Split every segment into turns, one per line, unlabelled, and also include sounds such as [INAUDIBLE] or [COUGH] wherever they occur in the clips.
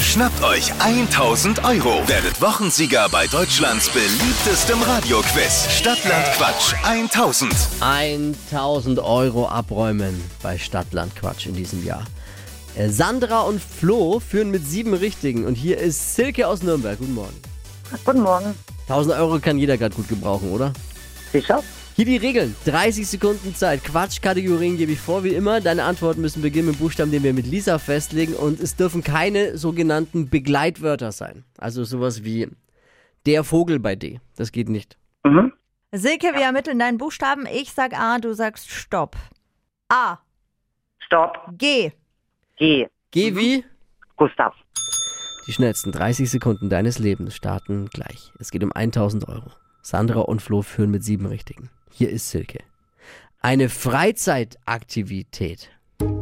Schnappt euch 1000 Euro. Werdet Wochensieger bei Deutschlands beliebtestem Radioquiz. Stadtland Quatsch 1000.
1000 Euro abräumen bei Stadtlandquatsch in diesem Jahr. Äh, Sandra und Flo führen mit sieben Richtigen und hier ist Silke aus Nürnberg. Guten Morgen.
Guten Morgen.
1000 Euro kann jeder gerade gut gebrauchen, oder?
Sicher?
Hier die Regeln. 30 Sekunden Zeit. Quatschkategorien gebe ich vor, wie immer. Deine Antworten müssen beginnen mit Buchstaben, den wir mit Lisa festlegen. Und es dürfen keine sogenannten Begleitwörter sein. Also sowas wie der Vogel bei D. Das geht nicht.
Mhm.
Silke, wir ermitteln deinen Buchstaben. Ich sag A, du sagst Stopp. A,
Stopp.
G,
G.
Geh wie?
Gustav.
Die schnellsten 30 Sekunden deines Lebens starten gleich. Es geht um 1000 Euro. Sandra und Flo führen mit sieben Richtigen. Hier ist Silke. Eine Freizeitaktivität.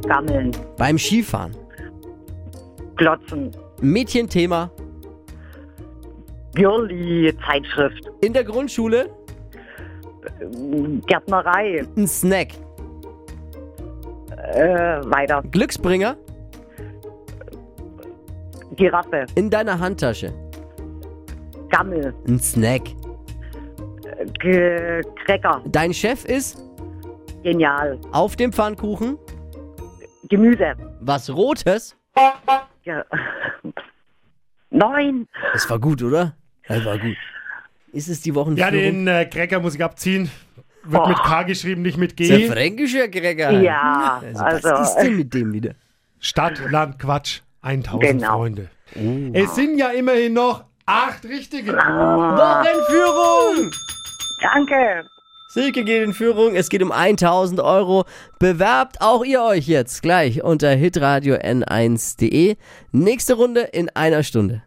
Gammeln.
Beim Skifahren.
Glotzen.
Mädchenthema.
Girlie-Zeitschrift.
In der Grundschule.
Gärtnerei.
Ein Snack.
Äh, weiter.
Glücksbringer.
Giraffe.
In deiner Handtasche.
Gammel.
Ein Snack.
G Cracker.
Dein Chef ist
Genial.
auf dem Pfannkuchen.
Gemüse.
Was Rotes.
Ge [LAUGHS] Neun.
Das war gut, oder? Das war gut. Ist es die Wochenführung?
Ja, den äh, Cracker muss ich abziehen. Wird mit K geschrieben, nicht mit
Der
G.
fränkische Gregor.
Ja,
Also, was ist
also
denn mit dem wieder?
Stadt, Land, Quatsch. 1000
Genau.
Freunde. Es sind ja immerhin noch acht Richtige.
Wochenführung!
danke.
Silke geht in Führung, es geht um 1000 Euro. Bewerbt auch ihr euch jetzt gleich unter hitradio n1.de. Nächste Runde in einer Stunde.